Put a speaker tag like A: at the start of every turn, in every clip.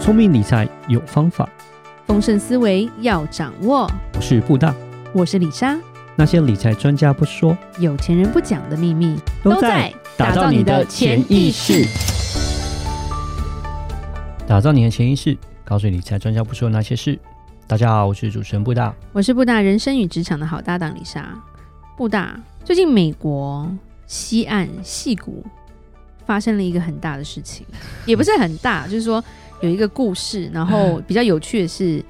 A: 聪明理财有方法，
B: 丰盛思维要掌握。
A: 我是布大。
B: 我是李莎，
A: 那些理财专家不说，
B: 有钱人不讲的秘密
A: 打造你的潜意识。，打造你的潜意识，告诉你理财专家不说的那些事。大家好，我是主持人布大。
B: 我是布大人生与职场的好搭档李莎。布大，最近美国西岸戏谷发生了一个很大的事情，也不是很大，就是说有一个故事。然后
A: 嗯
B: 比较有趣的是，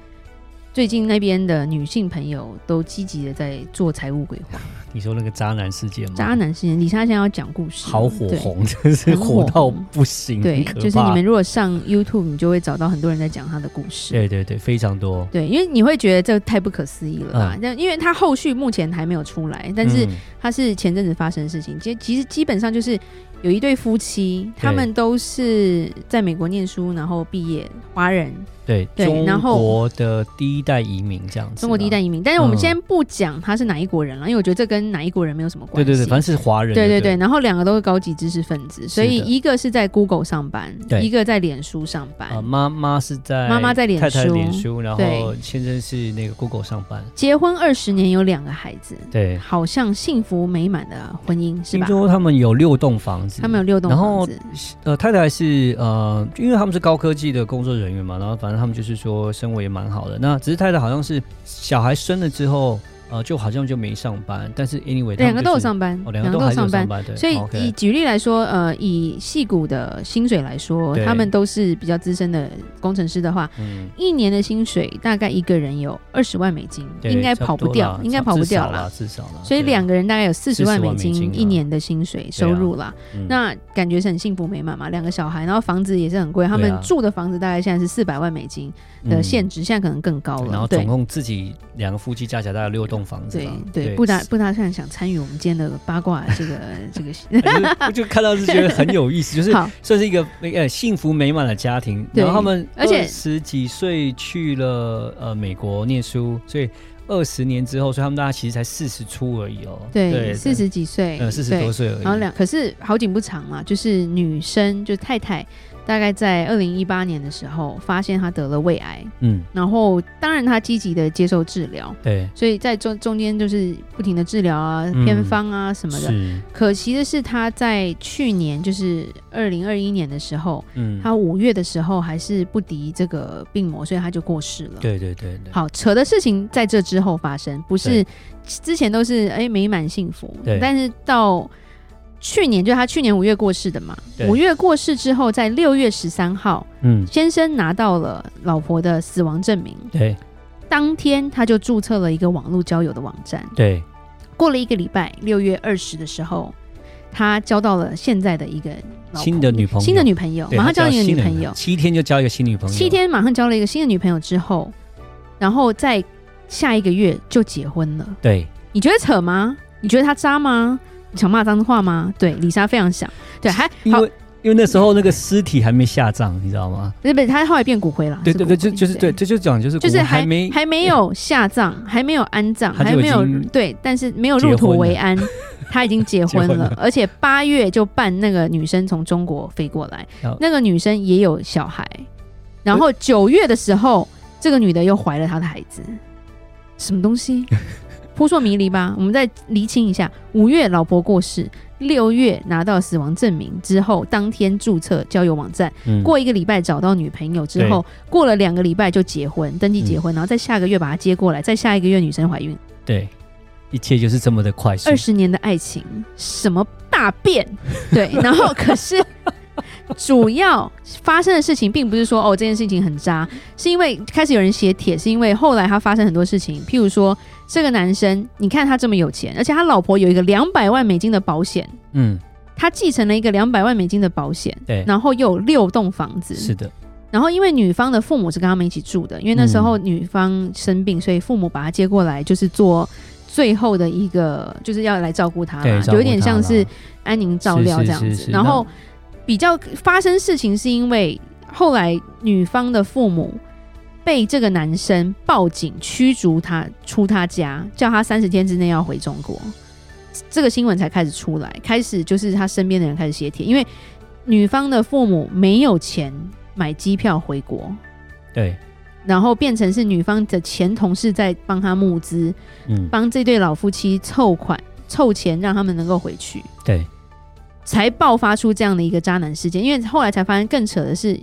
B: 最近那边的女性朋友都积极的在做财务规划。
A: 你说那个渣男事件吗？
B: 渣男事件，李莎现在要讲故事了，
A: 好火
B: 对
A: 红，真是
B: 很火
A: 火到
B: 红
A: 不行，
B: 对
A: 很，可
B: 就是
A: 怕
B: 你们如果上 YouTube，你就会找到很多人在讲他的故事。
A: 对对对，非常多。
B: 对，因为你会觉得这太不可思议了吧？那、因为他后续目前还没有出来，但是
A: 嗯
B: 他是前阵子发生的事情。其其实基本上就是有一对夫妻，他
A: 对
B: 们都是在美国念书，然后毕业，华人，
A: 对
B: 对
A: 中
B: 然后
A: 国的第一代移民这样子吗，
B: 中国第一代移民。但是我们
A: 嗯
B: 先不讲他是哪一国人了，因为我觉得这跟哪一国人没有什么关
A: 对
B: 系。
A: 对对，反正是华人，
B: 对对
A: 对
B: 对，然后两个都是高级知识分子，所以
A: 是的
B: 一个是在 Google 上班，
A: 对
B: 一个在脸书上班。
A: 啊，妈妈是在
B: 妈妈在脸
A: 太太
B: 书
A: 脸书，然后
B: 对
A: 先生是那个 Google 上班，
B: 结婚二十年，有两个孩子，
A: 对，
B: 好像幸福美满的婚姻是
A: 听
B: 吧？
A: 说他们有六栋房子，
B: 他们有六栋
A: 然
B: 房
A: 后
B: 子，
A: 呃，太太是呃，因为他们是高科技的工作人员嘛，然后反正他们就是说生活也蛮好的。那只是太太好像是小孩生了之后，呃，就好像就没上班，但是 anyway 他
B: 两
A: 们
B: 个
A: 就
B: 都有
A: 是
B: 上班，
A: 哦，两个都还是有
B: 上
A: 上
B: 班。
A: 班，对，哦
B: 所以
A: OK
B: 以举例来说，呃，以戏骨的薪水来说，
A: 对
B: 他们都是比较资深的工程师的话，
A: 嗯，
B: 一年的薪水大概一个人有二十万美金，
A: 对
B: 应该
A: 差
B: 跑
A: 不
B: 不
A: 多
B: 掉
A: 啦，
B: 应该
A: 差
B: 跑不
A: 至少
B: 掉啦。
A: 啦，至少啦。
B: 所以
A: 对
B: 两个人大概有四十万
A: 40
B: 美
A: 万美金
B: 金
A: 啊
B: 一年的薪水收入啦，
A: 嗯
B: 那感觉是很幸福美满嘛。两个小孩，然后房子也是很贵，他
A: 对啊
B: 们住的房子大概现在是四百万美金的
A: 嗯
B: 限值，呃现在可能更高
A: 对然
B: 了。
A: 后总
B: 对
A: 共自己两个夫妻加起来大概有六栋房子
B: 对
A: 吧。
B: 对，布达布达现在想参与我们今天的八卦 这个这个
A: 我就看到是觉得很有意思，就是
B: 好，
A: 算是一个呃幸福美满的家庭。
B: 对
A: 然后他们
B: 而且
A: 十几岁去了呃美国念书，所以二十年之后，所以他们大家其实才四十出而已哦。
B: 对，四十几岁，
A: 呃四十
B: 对
A: 多岁而已。
B: 然后两，可是好景不长嘛，就是女生就太太，大概在二零一八年的时候发现她得了胃癌，
A: 嗯，
B: 然后当然她积极的接受治疗，
A: 对，
B: 所以在中中间就是不停的治疗啊、
A: 嗯
B: 偏方啊什么的。
A: 是，
B: 可惜的是，她在去年就是二零二一年的时候，
A: 嗯，
B: 她五月的时候还是不敌这个病魔，所以她就过世了。
A: 对对对对，
B: 好，扯的事情在这之后发生，不是
A: 对
B: 之前都是哎、美满幸福
A: 对，
B: 但是到去年就他去年五月过世的嘛，
A: 对
B: 五月过世之后，在六月十三号，
A: 嗯，
B: 先生拿到了老婆的死亡证明，
A: 对
B: 当天他就注册了一个网络交友的网站，
A: 对，
B: 过了一个礼拜，六月二十的时候，他交到了现在的一个老婆
A: 新的女朋友，
B: 新的女朋友，
A: 对，
B: 马
A: 他
B: 上交了一个
A: 新
B: 女
A: 的
B: 朋友，
A: 七天就交一个新女朋友，
B: 七，天马上交了一个新的女朋友之后，然后在下一个月就结婚了。
A: 对，
B: 你觉得扯吗？你觉得他渣吗？你想骂脏话吗？对，李莎非常想。对，还
A: 因
B: 好，
A: 为因为那时候那个尸体还没下葬，你知道吗？
B: 不是不是，他后来变骨灰了。
A: 对
B: 是
A: 对
B: 骨
A: 对，
B: 灰
A: 就就是对，，这就讲就是
B: 就是
A: 我
B: 还
A: 还没
B: 还没有下葬，还没有安葬，
A: 他就
B: 还没有
A: 已经
B: 对，但是没有
A: 结
B: 入
A: 婚
B: 土
A: 了
B: 为安，他已经结婚
A: 结婚
B: 了，而且八月就办那个女生从中国飞过来
A: 哦，
B: 那个女生也有小孩，然后九月的时候，这个女的又怀了她的孩子，什么东西？扑朔迷离吧，我们再厘清一下。五月老婆过世，六月拿到死亡证明之后，当天注册交友网站，
A: 嗯
B: 过一个礼拜找到女朋友之后，过了两个礼拜就结婚，登记结
A: 嗯
B: 婚，然后再下个月把她接过来，再下一个月女生怀孕，
A: 对，一切就是这么的快速
B: 二。十年的爱情什么大 变？对，然后可是主要发生的事情并不是说哦这件事情很渣，是因为开始有人写帖，是因为后来他发生很多事情，譬如说这个男生，你看他这么有钱，而且他老婆有一个两百万美金的保险，
A: 嗯，
B: 他继承了一个两百万美金的保险。
A: 对，
B: 然后又有六栋房子，
A: 是的，
B: 然后因为女方的父母是跟他们一起住的，因为那时
A: 嗯
B: 候女方生病，所以父母把她接过来，就是做最后的一个，就是要来照顾她啦，
A: 对，照顾
B: 有点像
A: 他
B: 是
A: 啦
B: 安宁照料
A: 是是
B: 这样子。
A: 是是
B: 然后比较发生事情是因为后来女方的父母。被这个男生报警驱逐他出他家，叫他三十天之内要回中国，这个新闻才开始出来，开始就是他身边的人开始写帖，因为女方的父母没有钱买机票回国，
A: 对，
B: 然后变成是女方的前同事在帮他募资，
A: 嗯，
B: 帮这对老夫妻凑款、凑钱，让他们能够回去，
A: 对，
B: 才爆发出这样的一个渣男事件。因为后来才发现，更扯的是，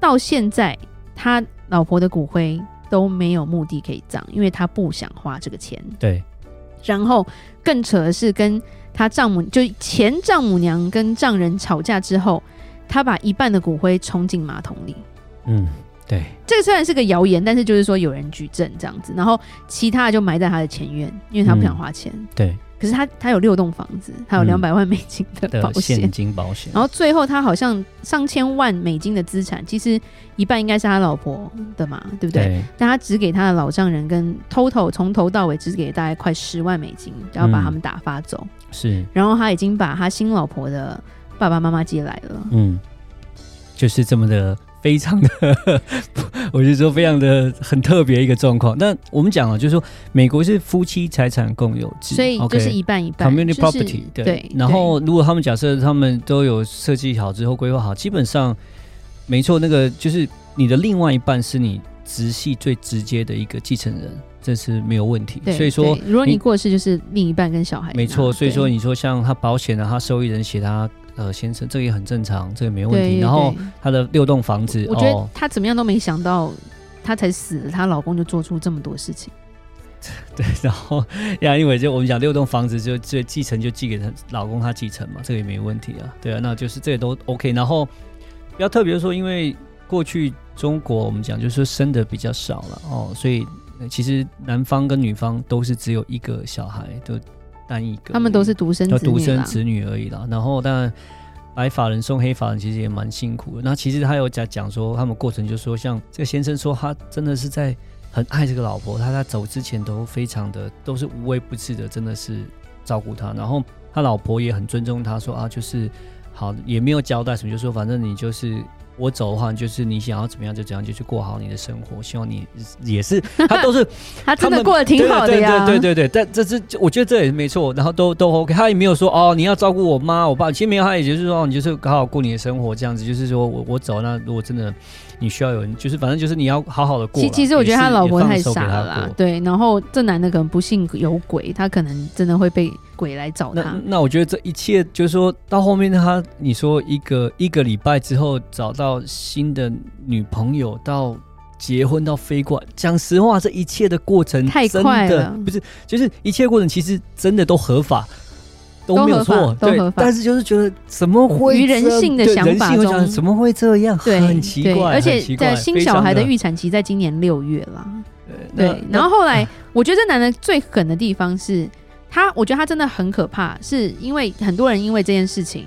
B: 到现在他老婆的骨灰都没有墓地可以葬，因为他不想花这个钱。
A: 对，
B: 然后更扯的是，跟他丈母就前丈母娘跟丈人吵架之后，他把一半的骨灰冲进马桶里。
A: 嗯，对，
B: 这个虽然是个谣言，但是就是说有人举证这样子，然后其他的就埋在他的前院，因为他不想花钱。
A: 嗯对
B: 可是他他有六栋房子，他有
A: 嗯
B: 两百万美金的保
A: 的
B: 险，哦
A: 现金保险
B: 然，后最后他好像上千万美金的资产，其实一半应该是他老婆的嘛，对不对？
A: 嗯对，
B: 但他只给他的老丈人跟 total 从头到尾只给大概快十万美金，然后把他
A: 嗯
B: 们打发走。
A: 是，
B: 然后他已经把他新老婆的爸爸妈妈接来了，
A: 嗯，就是这么的非常的， 我就说非常的很特别一个状况。那我们讲啊，就是说美国是夫妻财产共有制，
B: 所以就是
A: OK
B: 一半一半。
A: community
B: 就是
A: property，、
B: 对
A: 对。然后，如果他们假设他们都有设计好之后规划好，基本上没错，那个就是你的另外一半是你直系最直接的一个继承人，这是没有问题。
B: 对
A: 所以说
B: 对，如果你
A: 你
B: 过世，就是另一半跟小孩拿。
A: 没错。所以说，
B: 对
A: 你说像他保险啊，他受益人写他呃先生，这个也很正常，这个没问
B: 对
A: 题。
B: 对
A: 然后
B: 对
A: 他的六栋房子，
B: 我觉得
A: 哦，
B: 她怎么样都没想到，她才死了，她老公就做出这么多事情。
A: 对，然后呀，因为就我们讲六栋房子就这继承就寄给她老公，他继承嘛，这个也没问题啊。对啊，那就是这个都 OK。然后比较特别说，因为过去中国我们讲就是说生的比较少了哦，所以呃其实男方跟女方都是只有一个小孩，就单一个而已，
B: 他们都是独生
A: 叫
B: 子
A: 哦独
B: 女
A: 生
B: 啦，
A: 子女而已啦。然后当然，白发人送黑发人其实也蛮辛苦的。那其实他有讲讲说，他们过程就说，像这个先生说，他真的是在很爱这个老婆，他在走之前都非常的都是无微不至的，真的是照顾他。然后他老婆也很尊重他说啊，就是好也没有交代什么，就说反正你就是。我走的话，就是你想要怎么样就怎样，就去过好你的生活。希望你也是， 他都是
B: 她真
A: 他
B: 的
A: 们
B: 过得挺好的呀。
A: 对对对对对，但这是我觉得这也没错，然后都都 OK，他也没有说哦你要照顾我妈我爸，其实没有，他也就是说哦你就是好好过你的生活这样子，就是说我我走，那如果真的你需要有人，就是反正就是你要好好的过啦。
B: 其其实我觉
A: 也
B: 得
A: 是
B: 她老婆
A: 也
B: 太
A: 放手给
B: 傻
A: 她
B: 了啦
A: 过，
B: 对。然后这男的可能不信有鬼，他可能真的会被鬼来找
A: 那
B: 他。
A: 那我觉得这一切就是说到后面他，你说一个一个礼拜之后找到新的女朋友，到结婚到飞过来，讲实话，这一切的过程
B: 太
A: 真
B: 快
A: 的
B: 了
A: 不是就是一切过程其实真的都合法。都没有错，
B: 都合法
A: 对
B: 都合法
A: 但是就是觉得怎么会
B: 于人
A: 这
B: 性的
A: 对
B: 想
A: 人
B: 法
A: 性会
B: 中
A: 想怎么会这样，
B: 对，
A: 很奇
B: 对
A: 怪，
B: 而
A: 很
B: 且
A: 奇怪
B: 在新
A: 非
B: 小
A: 常
B: 孩的
A: 的呃
B: 预产期在今年六月啦。
A: 那
B: 对，然后后来我觉得这男的最狠的地方是他，我觉得他真的很可怕，是因为很多人因为这件事情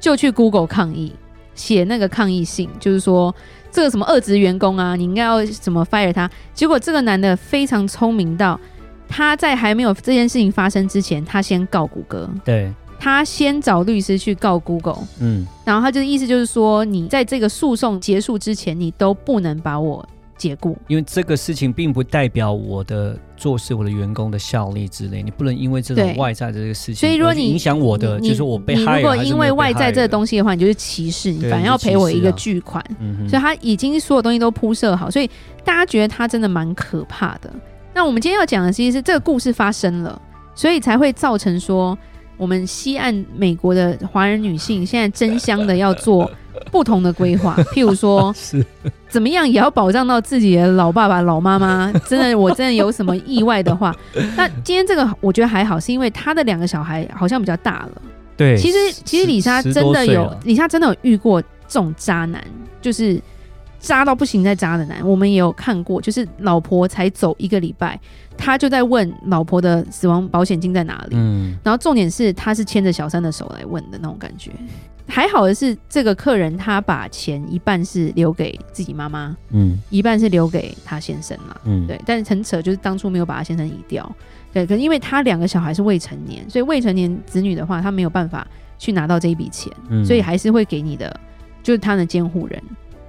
B: 就去 Google 抗议，写那个抗议信，就是说这个什么二职员工啊，你应该要怎么 fire 他。结果这个男的非常聪明到他在还没有这件事情发生之前，他先告谷歌，
A: 对，
B: 他先找律师去告 Google。
A: 嗯，
B: 然后他就是意思就是说，你在这个诉讼结束之前，你都不能把我解雇。
A: 因为这个事情并不代表我的做事、我的员工的效力之类，你不能因为这种
B: 对
A: 外在的这个事情，
B: 所以如果
A: 而去
B: 你
A: 影响我的，
B: 你
A: 就是我被
B: 你
A: 害。
B: 如果因为外在这个
A: 西，
B: 东西的话，你就是歧视，你
A: 对
B: 反而
A: 你
B: 要
A: 是歧
B: 赔我
A: 视
B: 一个
A: 啊
B: 巨款。
A: 嗯哼
B: 所以他已经所有东西都铺设好，所以大家觉得他真的蛮可怕的。那我们今天要讲的其实是这个故事发生了，所以才会造成说我们西岸美国的华人女性现在争相的要做不同的规 划，譬如说
A: 是
B: 怎么样也要保障到自己的老爸爸、老妈妈。真的，我真的有什么意外的话，那今天这个我觉得还好，是因为他的两个小孩好像比较大了。
A: 对，
B: 其实，其实李莎
A: 哎十
B: 真的
A: 十多岁
B: 有
A: 了，
B: 李莎真的有遇过这种渣男，就是渣到不行再渣的男。我们也有看过，就是老婆才走一个礼拜，他就在问老婆的死亡保险金在哪里。
A: 嗯，
B: 然后重点是，他是牵着小三的手来问的那种感觉。还好的是，这个客人他把钱一半是留给自己妈妈，
A: 嗯
B: 一半是留给他先生啦。
A: 嗯，
B: 对，但是很扯，就是当初没有把他先生移掉。对，可是因为他两个小孩是未成年，所以未成年子女的话，他没有办法去拿到这一笔钱，
A: 嗯
B: 所以还是会给你的，就是他的监护人。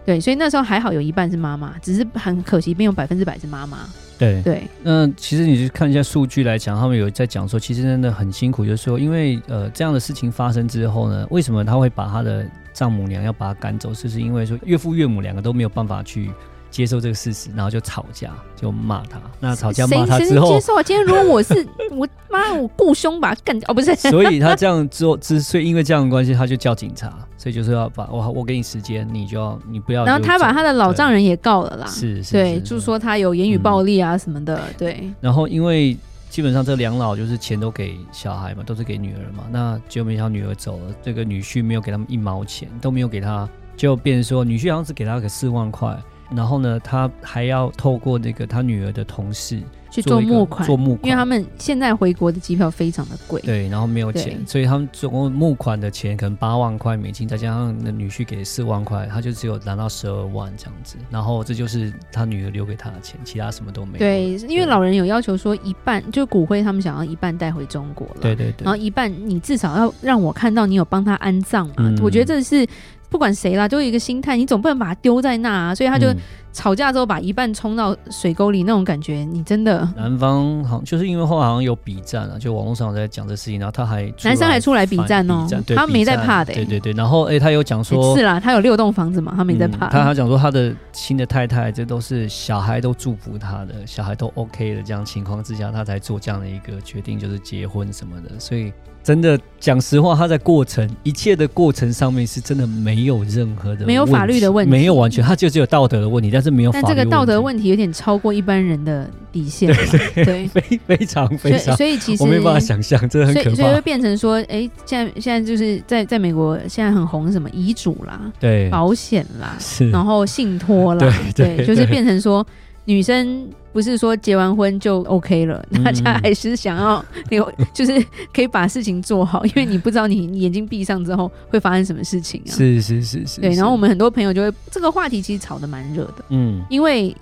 B: 对，所以那时候还好有一半是妈妈，只是很可惜没有百分之百是妈妈。
A: 嗯对，
B: 对，
A: 那其实你去看一下数据来讲，他们有在讲说，其实真的很辛苦，就是说，因为呃这样的事情发生之后呢，为什么他会把他的丈母娘要把他赶走，是是因为说岳父岳母两个都没有办法去接受这个事实，然后就吵架，就骂他。那吵架
B: 谁
A: 骂他
B: 谁
A: 之
B: 能
A: 后
B: 接，受啊？今天如果我是我妈，我雇凶把他干掉哦，不是，
A: 所以他这样之后，之所以因为这样的关系，他就叫警察，所以就是要把我我给你时间，你就要你不要就走。
B: 然后他把他的老丈人也告了啦，
A: 是是
B: 对，
A: 是嗯
B: 就是说他有言语暴力啊什么的，对，
A: 然后因为基本上这两老就是钱都给小孩嘛，都是给女儿嘛，那结果没想到女儿走了，这个女婿没有给他们一毛钱，都没有给他，就变成说女婿好像只给他个四万块。然后呢，他还要透过那个他女儿的同事
B: 去
A: 做
B: 做
A: 一个
B: 募款，
A: 做募款，
B: 因为他们现在回国的机票非常的贵，
A: 对，然后没有
B: 对
A: 钱，所以他们总共募款的钱可能八万块美金，再加上那女婿给四万块，他就只有拿到十二万这样子。然后这就是他女儿留给他的钱，其他什么都没有。
B: 对，因为
A: 对
B: 老人有要求说一半，就骨灰他们想要一半带回中国了，
A: 对对对
B: 然后一半你至少要让我看到你有帮他安葬嘛。
A: 嗯
B: 我觉得这是不管谁啦，都有一个心态，你总不能把他丢在那啊。所以他就
A: 嗯
B: 吵架之后把一半冲到水沟里那种感觉，你真的
A: 男方好像就是因为后来好像有比战啊，就网络上有在讲这事情，然后他还出来
B: 男生还出来比战哦
A: 反对
B: 他没在怕的欸
A: 比战对对对，然后哎、他有讲说
B: 是。啦。他有六栋房子嘛，他没在
A: 嗯
B: 怕。
A: 他还讲说他的新的太太，这都是小孩都祝福他的，小孩都 OK 的这样情况之下，他才做这样的一个决定，就是结婚什么的。所以真的讲实话，他在过程一切的过程上面是真的没有任何的
B: 没有
A: 问
B: 法律的问题
A: 没有完全，他就只有道德的问题，但是没有法
B: 但
A: 律
B: 这个道德
A: 题
B: 问题有点超过一般人的底线了，对，
A: 非非常
B: 所 以
A: 非常，
B: 所以其实
A: 我没办法想象，真的很
B: 所
A: 可
B: 以所以会
A: 怕。
B: 变成说，哎，现在现在就是在在美国现在很红什么遗嘱啦、
A: 对，
B: 保险啦，
A: 是，
B: 然后信托啦，
A: 对对
B: 就是
A: 对
B: 变成说女生不是说结完婚就 OK 了，
A: 嗯
B: 大家还是想要有， 就是可以把事情做好，因为你不知道你眼睛闭上之后会发生什么事情啊。
A: 是是是是，
B: 对，
A: 是
B: 然后我们很多朋友就会这个话题其实吵得蛮热的，
A: 嗯，
B: 因为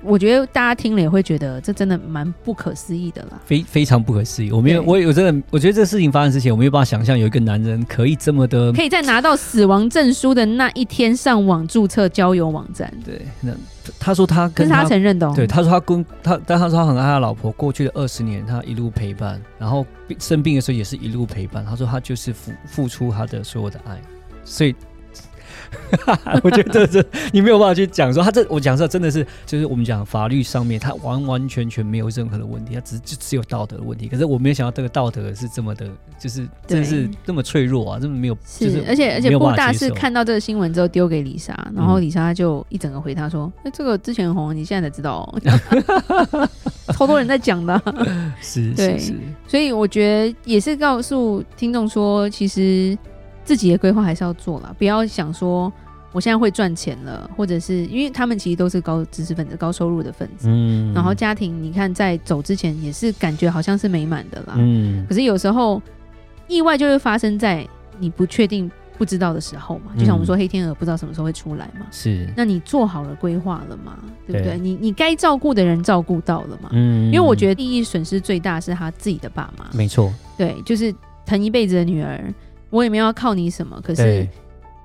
B: 我觉得大家听了也会觉得这真的蛮不可思议的啦。
A: 非非常不可思议。我没有，
B: 对
A: 我我真的，我觉得这事情发生之前，我没有办法想象有一个男人可以这么的
B: 可以在拿到死亡证书的那一天上网注册交友网站，
A: 对。那他说他
B: 这
A: 跟
B: 是他承认的、哦。
A: 对，他说他跟他，但他说他很爱他老婆。过去的二十年，他一路陪伴，然后病生病的时候也是一路陪伴。他说他就是付付出他的所有的爱，所以。 我觉得这你没有办法去讲说他这我讲说真的是就是我们讲法律上面他完完全全没有任何的问题，他只就只有道德的问题。可是我没有想到这个道德是这么的，就是真的是
B: 对，
A: 这么脆弱啊，这么没有就是
B: 而且而
A: 没
B: 且
A: 有
B: 布
A: 办法
B: 大
A: 接
B: 是
A: 受
B: 看到这个新闻之后丢给李莎，然后
A: 嗯
B: 李莎就一整个回他说：“哎那、这个之前很红，你现在才知道、哦， 超多人在讲的啊、
A: 是
B: 对
A: 是是
B: 所以我觉得也是告诉听众说，其实自己的规划还是要做啦，不要想说我现在会赚钱了，或者是因为他们其实都是高知识分子、高收入的分子，
A: 嗯
B: 然后家庭你看在走之前也是感觉好像是美满的啦，
A: 嗯
B: 可是有时候意外就会发生在你不确定、不知道的时候嘛。就像我们
A: 嗯
B: 说黑天鹅不知道什么时候会出来嘛，
A: 是
B: 那你做好了规划了嘛？对不
A: 对
B: 对？你你该照顾的人照顾到了嘛？
A: 嗯，
B: 因为我觉得第一损失最大是他自己的爸妈，
A: 没错，
B: 对，就是疼一辈子的女儿，我也没有要靠你什么，可是
A: 对。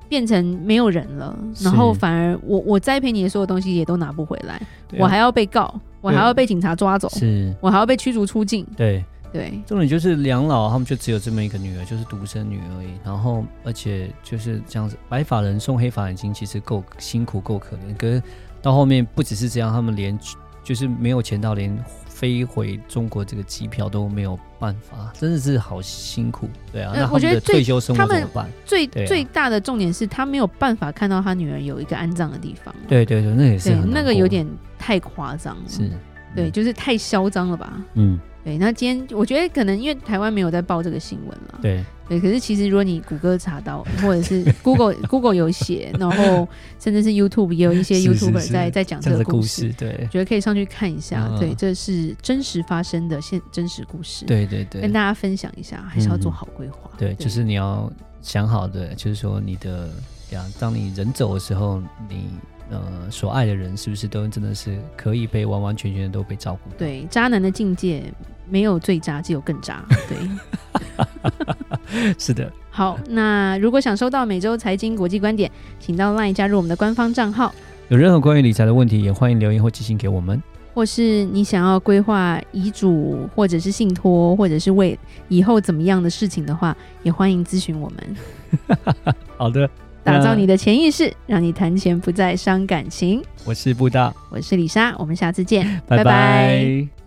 B: 变成没有人了，
A: 是
B: 然后反而我我栽培你的所有东西也都拿不回来，
A: 对
B: 我还要被告，我还
A: 对
B: 要被警察抓走，
A: 是
B: 我还要被驱逐出境，
A: 对。
B: 对，
A: 重点就是两老他们就只有这么一个女儿，就是独生女而已。然后，而且就是这样子，白发人送黑发已经其实够辛苦、够可怜。可是到后面不只是这样，他们连就是没有钱到连飞回中国这个机票都没有办法，真的是好辛苦。对啊，
B: 呃
A: 那他
B: 我觉
A: 们
B: 得
A: 的
B: 最
A: 退休生活
B: 他们
A: 怎么办？
B: 最、
A: 对啊
B: 最大的重点是他没有办法看到他女儿有一个安葬的地方。
A: 对对对，那也是
B: 对
A: 很，难
B: 那个
A: 过
B: 有点太夸张了。
A: 是，
B: 对，就是太嚣张了吧？
A: 嗯，
B: 对，那今天我觉得可能因为台湾没有在报这个新闻了。
A: 对，
B: 对，可是其实如果你谷歌查到，或者是 Google Google 有写，然后甚至是 YouTube 也有一些
A: 是是
B: YouTuber
A: 是
B: 在在讲
A: 这
B: 这
A: 样
B: 个
A: 的故
B: 事
A: 事，，对
B: 我，觉得可以上去看一下。
A: 嗯
B: 对，这是真实发生的现真实故事，，
A: 对对
B: 跟
A: 对，
B: 大家分享一下，还是要做好规划。
A: 对，就是你要想好的，就是说你的呀，当你人走的时候，你呃所爱的人是不是都真的是可以被完完全全地都被照顾？，
B: 对，渣男的境界没有最渣，只有更渣。对，
A: 是的，
B: 好，那如果想收到每周财经国际观点，请到 LINE 加入我们的官方账号。
A: 有任何关于理财的问题，也欢迎留言或寄信给我们。
B: 或是你想要规划遗嘱，或者是信托，或者是为以后怎么样的事情的话，也欢迎咨询我们，
A: 好的，
B: 打
A: 那
B: 造你的潜意识，让你谈钱不再伤感情。
A: 我是布大，
B: 我是李莎，我们下次见。
A: 拜
B: 拜拜
A: 拜